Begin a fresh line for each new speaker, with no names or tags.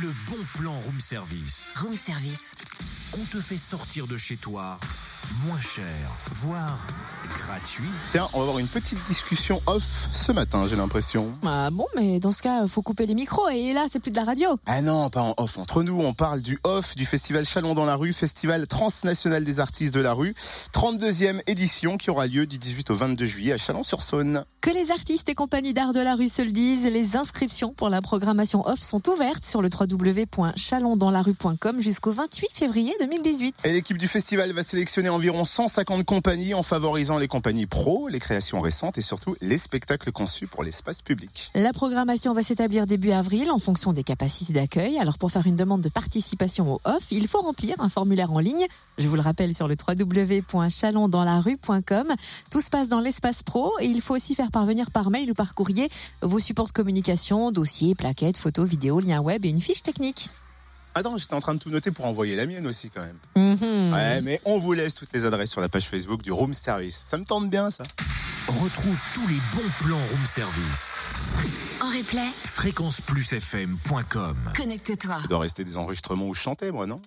Le bon plan room service.
Room service.
On te fait sortir de chez toi moins cher, voire gratuit.
Tiens, on va avoir une petite discussion off ce matin, j'ai l'impression.
Bah bon, mais dans ce cas, faut couper les micros et là, c'est plus de la radio.
Ah non, pas en off. Entre nous, on parle du off du festival Chalon dans la rue, festival transnational des artistes de la rue, 32e édition qui aura lieu du 18 au 22 juillet à Chalon-sur-Saône.
Que les artistes et compagnies d'art de la rue se le disent, les inscriptions pour la programmation off sont ouvertes sur le www.chalondanslarue.com jusqu'au 28 février 2018.
Et l'équipe du festival va sélectionner environ 150 compagnies en favorisant les compagnies pro, les créations récentes et surtout les spectacles conçus pour l'espace public.
La programmation va s'établir début avril en fonction des capacités d'accueil. Alors pour faire une demande de participation au off, il faut remplir un formulaire en ligne. Je vous le rappelle sur le www.chalondanslarue.com. Tout se passe dans l'espace pro et il faut aussi faire parvenir par mail ou par courrier vos supports de communication, dossiers, plaquettes, photos, vidéos, liens web et une fiche technique.
Attends, j'étais en train de tout noter pour envoyer la mienne aussi quand même.
Mhm.
Ouais, mais on vous laisse toutes les adresses sur la page Facebook du Room Service. Ça me tente bien ça.
Retrouve tous les bons plans room service.
En replay,
Fréquenceplusfm.com
connecte-toi.
Il doit rester des enregistrements où je chantais, moi, non